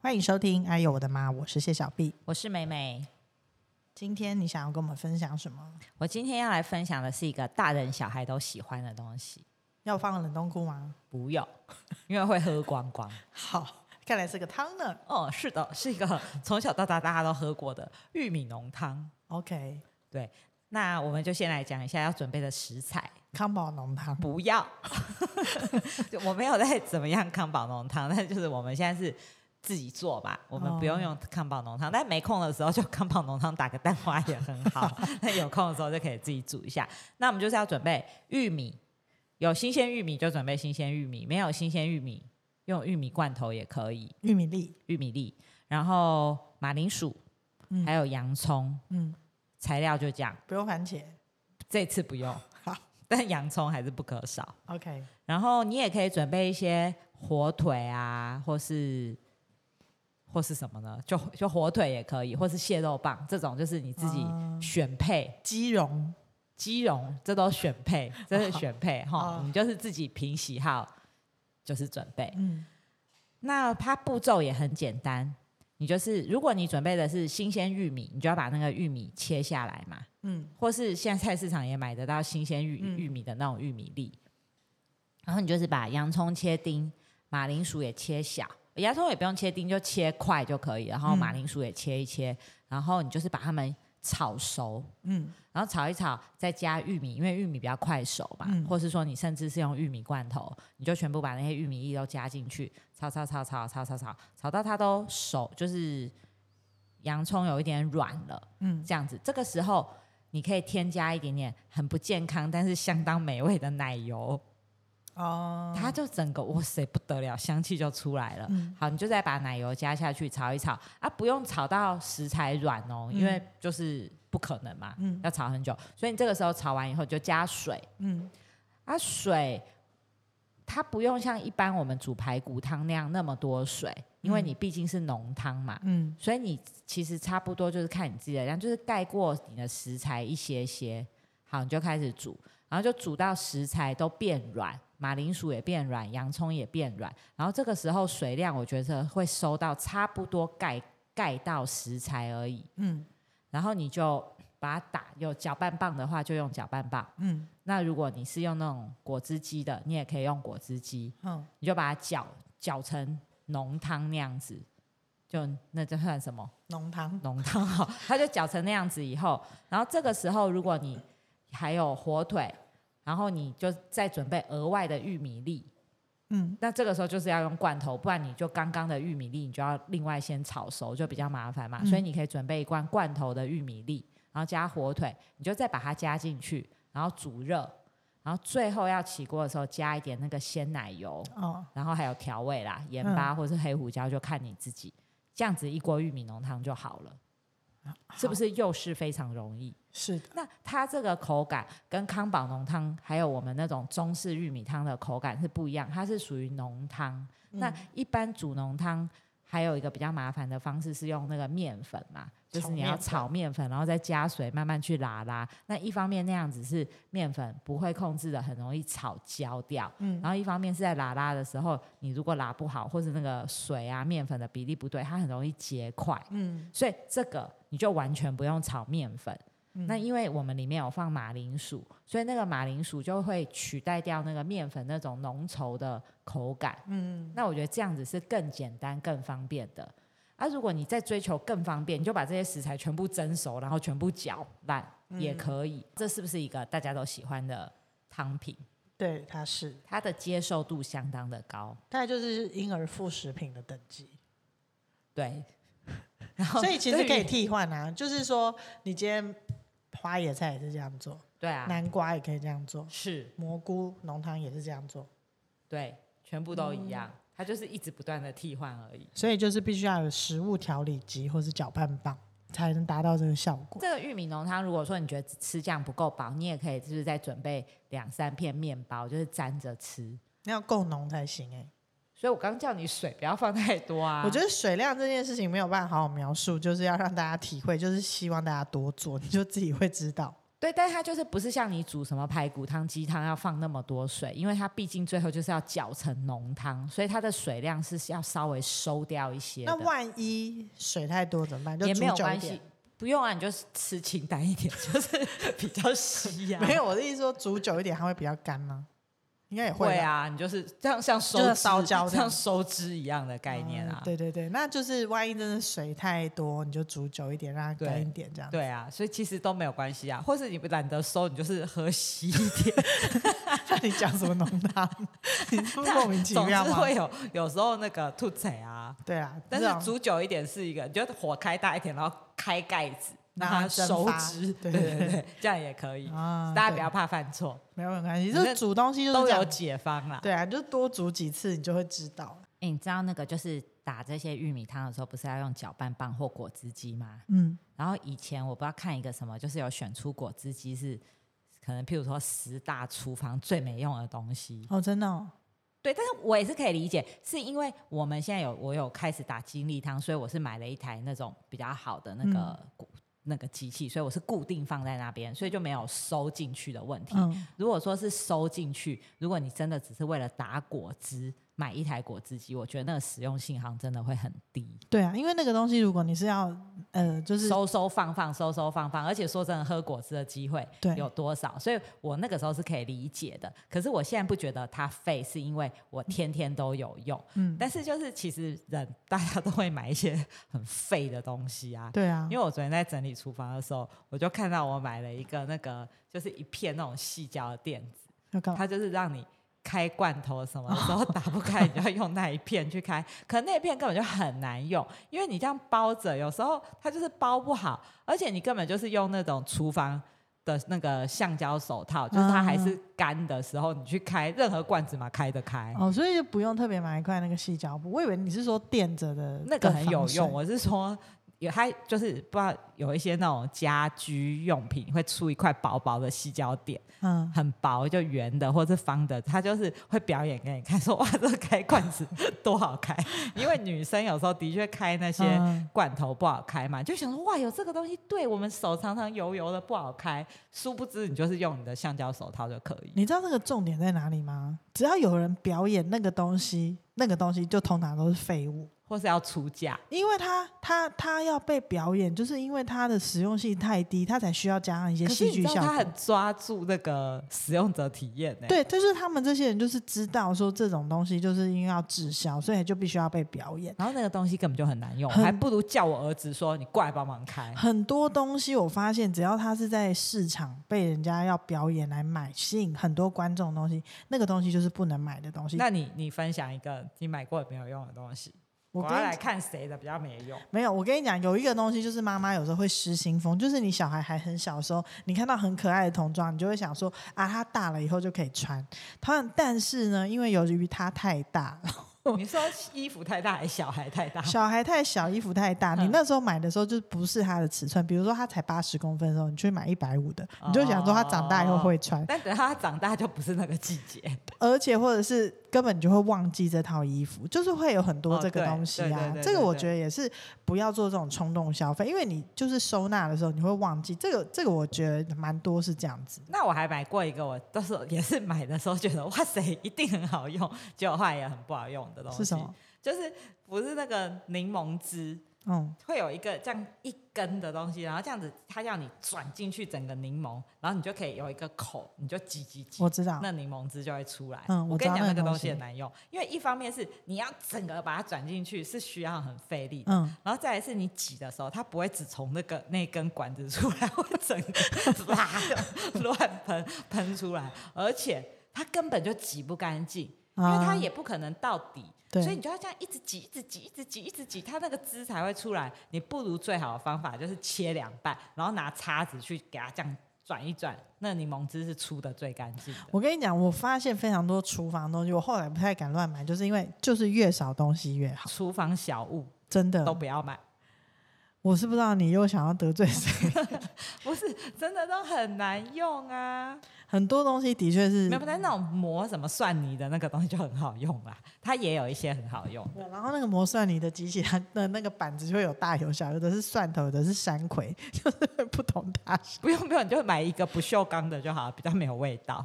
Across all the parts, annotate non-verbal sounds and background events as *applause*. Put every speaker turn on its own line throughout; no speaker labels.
欢迎收听《哎呦我的妈》，我是谢小碧。
我是美美。
今天你想要跟我们分享什么？
我今天要来分享的是一个大人小孩都喜欢的东西，
要放冷冻库吗？
不用，因为会喝光光。
好，看来是个汤呢。
*laughs* 哦，是的，是一个 *laughs* 从小到大大家都喝过的玉米浓汤。
OK，
对，那我们就先来讲一下要准备的食材。
康宝浓汤。
不要， *laughs* 就我没有在怎么样康宝浓汤， *laughs* 但就是我们现在是自己做吧，我们不用
哦
用康宝浓汤，但没空的时候就康宝浓汤打个蛋花也很好， *laughs* 那有空的时候就可以自己煮一下。那我们就是要准备玉米，有新鲜玉米就准备新鲜玉米，没有新鲜玉米用玉米罐头也可以，
玉米粒，
玉米粒，然后马铃薯，
嗯
还有洋葱，
嗯，
材料就这样，
不用番茄。
这次不用，
好
但洋葱还是不可少。
OK，
然后你也可以准备一些火腿啊，或是或是什么呢？就就火腿也可以，或是蟹肉棒这种，就是你自己
哦
选配。
鸡蓉。
鸡茸这都选配，这是选配哈、
哦
你就是自己凭喜好，就是准备。
嗯，
那它步骤也很简单，你就是如果你准备的是新鲜玉米，你就要把那个玉米切下来嘛，
嗯，
或是现在菜市场也买得到新鲜玉
嗯
玉米的那种玉米粒，然后你就是把洋葱切丁，马铃薯也切小，洋葱也不用切丁，就切块就可以，然后
嗯
马铃薯也切一切，然后你就是把它们炒熟，
嗯，
然后炒一炒，再加玉米，因为玉米比较快熟嘛，
嗯
或是说你甚至是用玉米罐头，你就全部把那些玉米粒都加进去，炒炒炒炒炒炒炒，炒到它都熟，就是洋葱有一点软了，
嗯
嗯，这样子，这个时候你可以添加一点点很不健康但是相当美味的奶油，
哦，
它就整个哇塞不得了，香气就出来了。
嗯
好，你就再把奶油加下去炒一炒啊，不用炒到食材软哦，因为就是不可能嘛，
嗯
要炒很久，所以你这个时候炒完以后就加水
嗯
啊，水它不用像一般我们煮排骨汤那样那么多水，因为
嗯
你毕竟是浓汤嘛，
嗯
所以你其实差不多就是看你自己的量，就是盖过你的食材一些些，好，你就开始煮，然后就煮到食材都变软，马铃薯也变软，洋葱也变软，然后这个时候水量我觉得会收到差不多盖盖到食材而已，
嗯
然后你就把它打，有搅拌棒的话就用搅拌棒，
嗯
那如果你是用那种果汁机的，你也可以用果汁机，
嗯，
你就把它搅搅成浓汤那样子，就那这算什么？
浓汤。
浓汤好，它就搅成那样子以后，然后这个时候如果你还有火腿，然后你就再准备额外的玉米粒，
嗯
那这个时候就是要用罐头，不然你就刚刚的玉米粒你就要另外先炒熟，就比较麻烦嘛。
嗯
所以你可以准备一罐罐头的玉米粒，然后加火腿，你就再把它加进去，然后煮热，然后最后要起锅的时候加一点那个鲜奶油，
哦，
然后还有调味啦，盐巴或是黑胡椒，就看你自己。这样子一锅玉米浓汤就好了。是不
好？
是又是非常容易？
是的。
那它这个口感跟康宝浓汤还有我们那种中式玉米汤的口感是不一样，它是属于浓汤。
嗯
那一般煮浓汤还有一个比较麻烦的方式是用那个面粉嘛，就是你要
炒
炒面粉，然后再加水慢慢去拉拉。那一方面那样子是面粉不会控制的，很容易炒焦掉。
嗯
然后一方面是在拉拉的时候，你如果拉不好，或是那个水啊面粉的比例不对，它很容易结块。
嗯
所以这个你就完全不用炒面粉。
嗯
那因为我们里面有放马铃薯，所以那个马铃薯就会取代掉那个面粉那种浓稠的口感。
嗯
那我觉得这样子是更简单、更方便的。啊，如果你再追求更方便，你就把这些食材全部蒸熟，然后全部搅烂
嗯
也可以。这是不是一个大家都喜欢的汤品？
对，它是
它的接受度相当的高。
大概就是婴儿副食品的等级。
对，然后
所以其实
哦对于
可以替换啊，就是说你今天花野菜也是这样做，
对啊，
南瓜也可以这样做，
是
蘑菇浓汤也是这样做，
对，全部都一样，它就是一直不断的替换而已。
所以就是必须要有食物调理机或是搅拌棒才能达到这个效果。
这个玉米浓汤，如果说你觉得吃这样不够饱，你也可以就是再准备两三片面包，就是沾着吃。
那要够浓才行哎、
所以我刚叫你水不要放太多啊。
我觉
得
得水量这件事情没有办法好好描述，就是要让大家体会，就是希望大家多做，你就自己会知道。
对，但是它就是不是像你煮什么排骨汤、鸡汤要放那么多水，因为它毕竟最后就是要搅成浓汤，所以它的水量是要稍微收掉一些的。
那万一水太多怎么办？就
也
煮
没有
久一
关
点
系。，不用啊，你就吃清淡一点， *laughs* 就是比较稀啊。
没有，我的意思说煮久一点，它会比较干吗？应该也
会
吧
啊，你就是这样像收
就是
汁
烧焦这样
像收汁一样的概念啊
嗯。对对对，那就是万一真的水太多，你就煮久一点，让它干一点这样。
对啊，所以其实都没有关系啊，或是你不懒得收，你就是喝稀一点。
那 *laughs* 你讲什么浓汤？你是不 *laughs* 是莫名其
总之
妙吗？
会有有时候那个吐嘴啊，
对啊，
但
这种
是煮久一点是一个，你就火开大一点，然后开盖子让它
蒸
收
发
汁，
对
对
对对
对，这样也可以。
啊
大家不
对
要怕犯错，
没有关系，
反
就是
正
煮东西就是
都
这
有
样。
解方啦。
对啊，就多煮几次，你就会知道了。
哎、你知道那个就是打这些玉米汤的时候，不是要用搅拌棒或果汁机吗？
嗯，
然后以前我不知道看一个什么，就是有选出果汁机是可能譬如说十大厨房最没用的东西。
哦，真的、哦，
对，但是我也是可以理解，是因为我们现在有我有开始打精力汤，所以我是买了一台那种比较好的那个、那个机器，所以我是固定放在那边，所以就没有收进去的问题。
嗯，
如果说是收进去，如果你真的只是为了打果汁买一台果汁机，我觉得那个实用性好像真的会很低，
对啊，因为那个东西如果你是要呃，就是
收收放放，收收放放，而且说真的，喝果汁的机会
对
有多少？所以我那个时候是可以理解的，可是我现在不觉得它废，是因为我天天都有用。
嗯，
但是就是其实人大家都会买一些很废的东西啊，
对啊，
因为我昨天在整理厨房的时候，我就看到我买了一个那个就是一片那种细胶的垫子。
要干嘛？
它就是让你开罐头什么的时候打不开，你就要用那一片去开。可那一片根本就很难用，因为你这样包着，有时候它就是包不好，而且你根本就是用那种厨房。的那个橡胶手套，就是它还是干的时候，你去开任何罐子嘛，开得开，
哦，所以就不用特别买一块那个细胶布。我以为你是说垫着的，
那个很有
的防水
用。我是说，有它就是不知道有一些那种家居用品会出一块薄薄的细胶垫，
嗯，
很薄，就圆的或是方的，他就是会表演给你看说，哇，这个开罐子多好开。 *laughs* 因为女生有时候的确开那些
嗯
罐头不好开嘛，就想说哇，有这个东西，对我们手常常油油的不好开。殊不知你就是用你的橡胶手套就可以。
你知道那个重点在哪里吗？只要有人表演那个东西，那个东西就通常都是废物，
或是要出价，
因为它它它要被表演，就是因为它的实用性太低，它才需要加上一些
可是
戏
你知
剧
道
效
他
果。
很抓住那个使用者体验欸呢、
对，就是他们这些人就是知道说这种东西就是因为要滞销，所以就必须要被表演。
然后那个东西根本就很难用，
很
还不如叫我儿子说你过来帮忙开。
很多东西我发现，只要它是在市场被人家要表演来买，吸引很多观众的东西，那个东西就是不能买的东西。
那你你分享一个你买过没有用的东西？
我
我
跟
要
你
来看谁的比较没用。
没有，我跟你讲，有一个东西就是妈妈有时候会失心疯，就是你小孩还很小的时候，你看到很可爱的童装，你就会想说啊，他大了以后就可以穿。他但是呢，因为由于他太大，
*laughs* 你说衣服太大还是小孩太大？
小孩太小，衣服太大，
嗯
你那时候买的时候就不是他的尺寸。比如说他才八十公分的时候，你去买一百五的，你就想说他长大以后会穿，
但等他长大就不是那个季节，
而且或者是根本就会忘记这套衣服，就是会有很多
哦
这个
对
东西
对对
啊
对。
这个
对
我
对
觉得也是不要做这种冲动消费，因为你就是收纳的时候你会忘记这个，这个我觉得蛮多是这样子。
*laughs* 那我还买过一个，我到时候也是买的时候觉得哇塞，一定很好用，结果后来也很不好用的东西。
是什么？
就是不是那个柠檬汁，
嗯，
会有一个这样一根的东西，然后这样子，它要你转进去整个柠檬，然后你就可以有一个口，你就挤挤挤
我，知道。
那柠檬汁就会出来。
嗯
我
我
跟你
知道那
讲，那
个
个
东
东西
西
很难用，因为一方面是你要整个把它转进去是需要很费力的，
嗯，
然后再来是你挤的时候，它不会只从那个那根管子出来，会整个啦乱喷喷出来，而且它根本就挤不干净，因为它
啊
也不可能到底。
对
所以你就要这样一直挤，一直挤，一直挤，一直挤，它那个汁才会出来。你不如最好的方法就是切两半，然后拿叉子去给它这样转一转，那柠檬汁是出的最干净的。
我跟你讲，我发现非常多厨房的东西，我后来不太敢乱买，就是因为就是越少东西越好，
厨房小物
真的
都。不要买，
我是不知道你又想要得罪谁，
不是真的都很难用啊。
很多东西的确是
没有，但是那种磨什么蒜泥的那个东西就很好用啦，它也有一些很好用。 *laughs*
对，然后那个磨蒜泥的机器，它的那个板子就会有大有小，有的是蒜头，有的是山葵， *laughs* 就是不同大小。
不用不用，你就买一个不锈钢的就好，比较没有味道。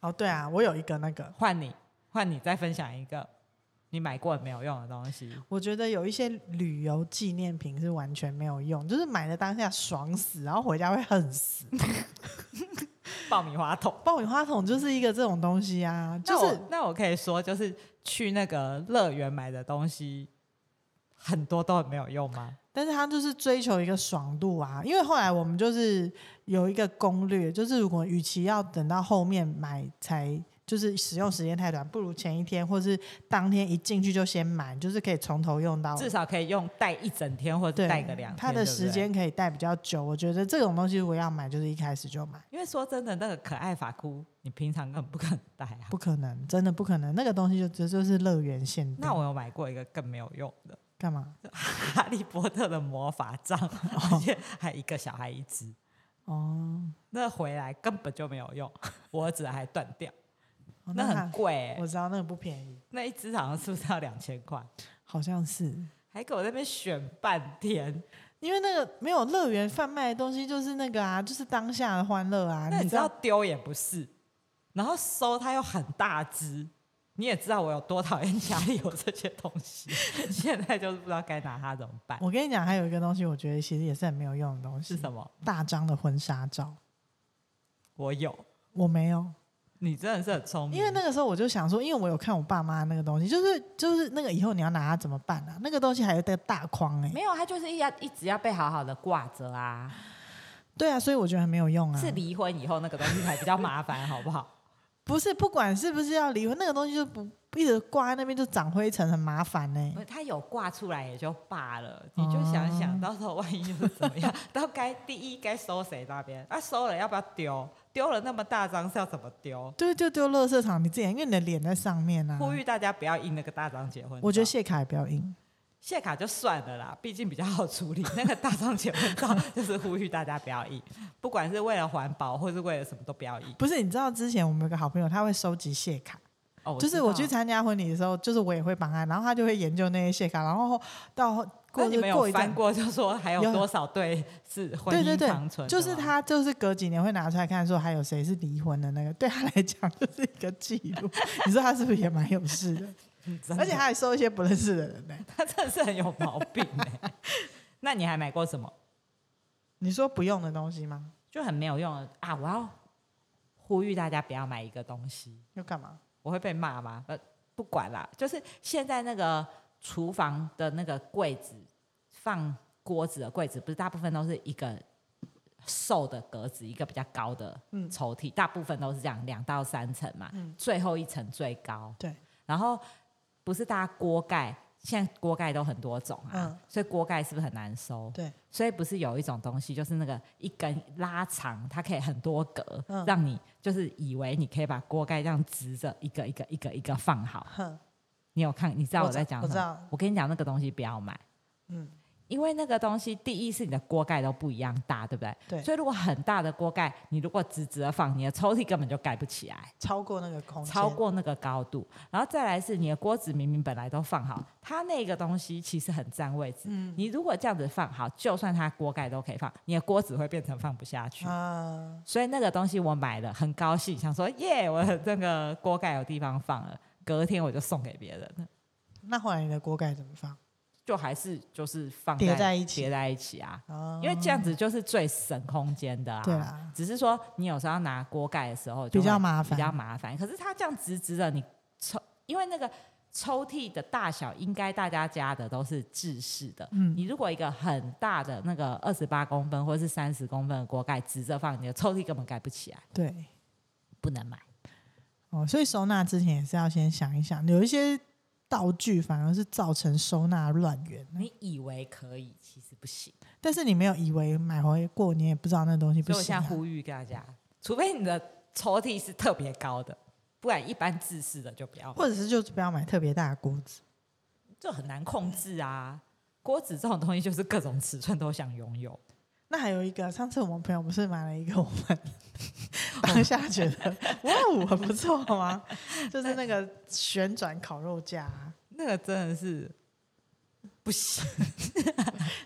哦，对啊，我有一个那个，
换你，换你再分享一个你买过没有用的东西。
我觉得有一些旅游纪念品是完全没有用，就是买的当下爽死，然后回家会恨死。
爆米花桶。
爆米花筒就是一个这种东西啊，
那
就
我
是
那我可以说，就是去那个乐园买的东西，很多都很没有用吗？
但是他就是追求一个爽度啊，因为后来我们就是有一个攻略，就是如果与其要等到后面买才。就是使用时间太短，不如前一天或是当天一进去就先买，就是可以从头用到尾。
至少可以用带一整天，或者
对
带个两天。
它的
对不对
时，间可以带比较久。我觉得这种东西如果要买，就是一开始就买，
因为说真的，那个可爱发箍，你平常根本不可能带啊。
不可能，真的不可能。那个东西就这就是乐园限定。
那我有买过一个更没有用的
干嘛？
《哈利波特》的魔法杖，而且还一个小孩一只，
哦，
那回来根本就没有用，我指还断掉，
哦
那
它
很贵欸、
我知道那个不便宜，
那一只好像是不是要两千块？
好像是。
还给我在那边选半天，
因为那个没有乐园贩卖的东西就是那个啊，就是当下的欢乐啊。
那
你
你知道丢也不是，然后收它又很大只，你也知道我有多讨厌家里有这些东
*laughs*
西，现在就是不知道该拿它怎么办，
我跟你讲，还有一个东西，我觉得其实也是很没有用的东
是
西，
什么？
大张的婚纱照。
我有，
我没有，
你真的是很聪明，
因为那个时候我就想说，因为我有看我爸妈那个东西，就是就是那个以后你要拿它怎么办啊？那个东西还有那个大框哎、
没有，它就是一要一直要被好好的挂着啊，
对啊，所以我觉得很没有用啊。
是离婚以后那个东西才比较麻烦，好不 *laughs* 好？
不是不管是不是要离婚，那个东西就不一直挂在那边就长灰尘，很麻烦欸呢、
它有挂出来也就罢了，你就想
哦
想到时候万一又是怎
*laughs*
么样，到该第一该收谁那边，啊收了要不要丢？丢了那么大张是要怎么丢？
对，就丢垃圾场你自己，因为你的脸在上面啊。
呼吁大家不要印那个大张结婚照。
我觉得谢卡也不要印。
谢卡就算了啦，毕竟比较好处
*laughs*
理。那个大张结婚照就是呼吁大家不要印，不管是为了环保或是为了什么都不要印。
不是，你知道之前我们有个好朋友，他会收集谢卡，
哦，
就是
知
我
道
去参加婚礼的时候，就是我也会帮他，然后他就会研究那些谢卡，然后到
那
过
你们
过
有
一
翻
阵，
过，就说还有
有
多少对是婚
对对
姻
对
长存的
就
吗
是他就是隔几年会拿出来看，说还哎有谁是离婚的那个，对他来讲就是一个记录。你说他是不是也蛮有事的？
嗯 *laughs* 真的
而且他还收一些不认识的人呢、
他真的是很有毛病哎、那你还买过什么？
你说不用的东西吗？
就很没有用的啊！我要呼吁大家不要买一个东西，
要干嘛？
我会被骂吗？呃，不管啦，就是现在那个厨房的那个柜子，放锅子的柜子，不是大部分都是一个瘦的格子，一个比较高的
嗯
抽屉，大部分都是这样，两到三层嘛，
嗯
最后一层最高。
对，
然后不是大家锅盖，现在锅盖都很多种啊，
嗯
所以锅盖是不是很难收？
对，
所以不是有一种东西，就是那个一根拉长，它可以很多格，
嗯
让你就是以为你可以把锅盖这样直着一个一个一个一个放好。
哼，
你有看？你知道我在讲
我
什
知
么？
道，
我跟你讲，那个东西不要买，
嗯，
因为那个东西，第一是你的锅盖都不一样大，对不对？
对
所以如果很大的锅盖，你如果直直的放，你的抽屉根本就盖不起来。
超过那个空间，
超过那个高度，然后再来是你的锅子明明本来都放好，它那个东西其实很占位置。
嗯
你如果这样子放好，就算它锅盖都可以放，你的锅子会变成放不下去。
啊，
所以那个东西我买了，很高兴，想说耶，我的那个锅盖有地方放了。隔天我就送给别人了，
那后来你的锅盖怎么放？
就还是就是放
叠在一起
叠在一起啊。
啊，
因为这样子就是最省空间的啊。
对啦
只是说你有时候要拿锅盖的时候就
比
会
较麻
比较
烦
麻烦。可是它这样直直的，你抽，因为那个抽屉的大小应该大家家的都是制式的。
嗯
你如果一个很大的那个二十八公分或是三十公分的锅盖直着放，你的抽屉根本盖不起来，
对。
不能买。
哦，所以收纳之前也是要先想一想，有一些道具反而是造成收纳乱源，
你以为可以，其实不行。
但是你没有以为买回过你也不知道那东西不
所以我
行、
现在
啊。
呼吁大家，除非你的抽屉是特别高的，不然一般制式的就不要买。
或者是就是不要买特别大的锅子，
就很难控制啊。锅子这种东西就是各种尺寸都想拥有。
那还有一个，上次我们朋友不是买了一个我
*laughs*
们当下觉得哇哦很不错吗？就是那个旋转烤肉架啊、
那个真的是不行，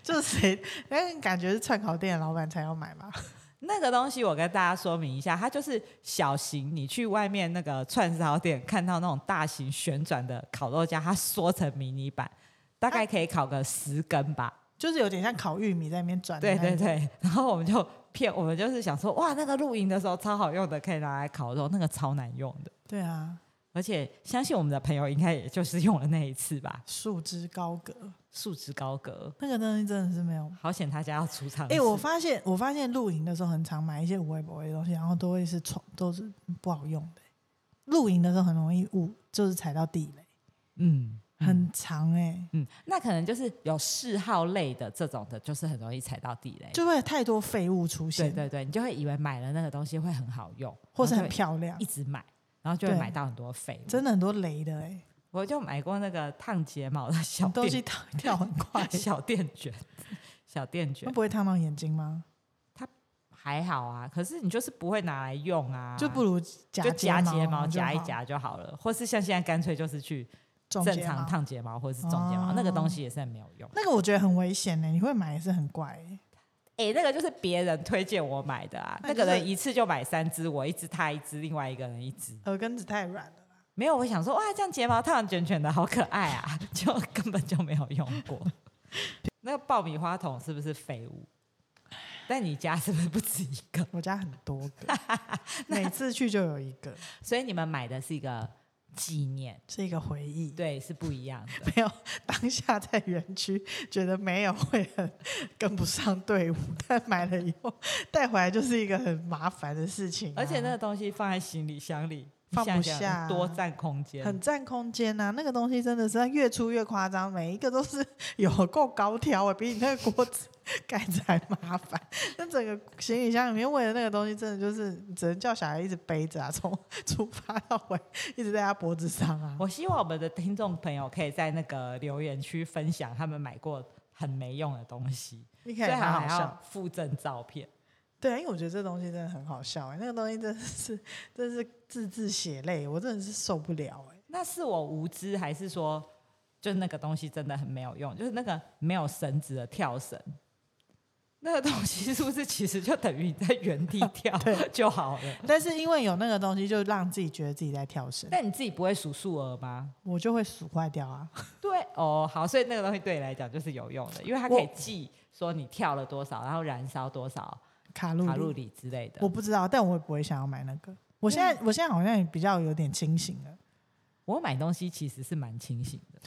就是谁那感觉是串烤店的老板才要买吧？
那个东西我跟大家说明一下，它就是小型。你去外面那个串烧店看到那种大型旋转的烤肉架，它缩成迷你版，
啊
大概可以烤个十根吧。
就是有点像烤玉米在那边转的
对
啊那
对
一种，
对， *laughs* 然后我们就骗我们就是想说，哇，那个露营的时候超好用的，可以拿来烤肉，那个超难用的。
对啊，
而且相信我们的朋友应该也就是用了那一次吧，
束之高阁，
束之高阁。
那个东西真的是没有。
好险他家要出场。
哎、我发现我发现露营的时候很常买一些无微不微的东西，然后都会是重都是不好用的、露营的时候很容易误，就是踩到地雷，
嗯嗯
很长哎、
嗯，那可能就是有嗜好类的这种的，就是很容易踩到地雷。
就会有太多废物出现，
对对对，你就会以为买了那个东西会很好用，
或是
然
很
后就会
漂亮
一，直买，然后就会
对
买到很多废物。
真
的，
的很多雷的哎、
我就买过那个烫睫毛的小
欸，东西
电，
跳跳很快
*laughs*
嗯
小电卷，小电
那
卷
不会烫到眼睛吗？
还好啊，可是你就是不会拿来用啊，
就不如夹
就夹
睫
睫
毛啊
毛
就
夹一
好，
夹就好了，或是像现在干脆就是去
种
正
睫
常
毛。
烫睫毛或者是种睫毛，那个
哦
东西也是很没有用。
那个我觉得很危险呢、欸你会买也是很怪、欸，
哎、那个就是别人推荐我买的啊，
那
那
就
个
是
人一次就买三支，我一支，他一支，另外一个人一支。
耳根子太软了。
没有，我想说哇，这样睫毛烫卷卷的好可爱啊， *laughs* 就根本就没有用过。 *laughs* 那个爆米花筒是不是废物？但你家是不是不止一个？
我家很多 *laughs* 个，每次去就有一个，
所以你们买的是一个纪念，
是一个回忆。
对，是不一样的。
没有，当下在园区觉得没有会很跟不上队伍， *laughs* 但买了以后带回来就是一个很麻烦的事情啊、
而且那个东西放在行李箱里，你
放不
想想
下啊
多占空间。
很占空间呐、那个东西真的是越出越夸张，每一个都是有够高挑啊，比你那个锅子盖子还麻烦。 *laughs* 那整个行李箱里面为了那个东西，真的就是只能叫小孩一直背着啊，从出发到回，一直在他脖子上啊。
我希望我们的听众朋友可以在那个留言区分享他们买过很没用的东西，
你可以
最
好
好
好
还
笑
要。附赠照片。
对，因为我觉得这东西真的很好笑哎、那个东西真的是真是字字血泪，我真的是受不了哎、
那是我无知，还是说就那个东西真的很没有用？就是那个没有绳子的跳绳，那个东西是不是其实就等于你在原
*laughs*
地跳
对
就好了？
但是因为有那个东西，就让自己觉得自己在跳绳，
但你自己不会数数额吗？
我就会数坏掉啊。
对，哦，好，所以那个东西对你来讲就是有用的，因为它可以记说你跳了多少，然后燃烧多少
卡路里，
卡路里之类的
我。不知道，但我也不会想要买那个。我现在我现在好像也比较有点清醒了。
我买东西其实是蛮清醒的，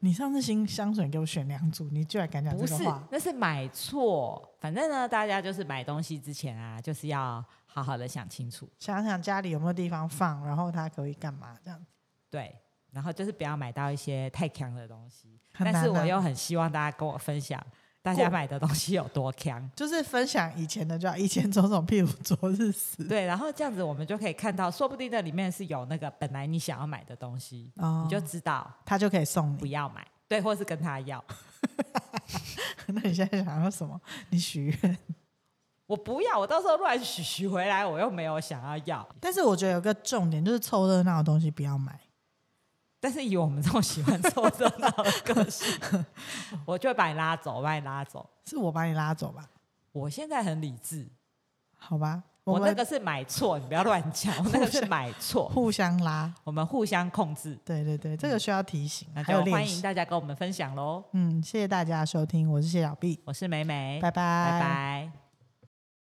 你上次新香水给我选两组，你居然敢讲这
不是
个话，，
那是买错。反正呢，大家就是买东西之前啊，就是要好好的想清楚，
想想家里有没有地方放，然后它可以干嘛这样。
对，然后就是不要买到一些太强的东西。
很难
但
啊
是我又很希望大家跟我分享，大家
过
买的东西有多强。
就是分享以前的就好，以前种种，譬如 *laughs* 昨日死，
对，然后这样子我们就可以看到，说不定那里面是有那个本来你想要买的东西，
哦
你就知道
他就可以送
不
你。
要买，对，或是跟他要。
*laughs* 那你现在想要什么？你许愿。
我不要，我到时候乱许许回来，我又没有想要要。
但是我觉得有个重点就是凑热闹的东西不要买。
但是以我们这种喜欢凑热闹的个性，我就会把你拉走，把你拉走。
是我把你拉走吧？
我现在很理智，
好吧，
我那
们
个是买错，你不要乱讲，我那个是买错，
互相拉。
我们互相控制。
对对对，这个需要提醒，
那
还有
就
练
欢迎
习。
大家跟我们分享喽。
嗯，谢谢大家的收听，我是谢小碧，
我是美美，
拜拜
哎拜拜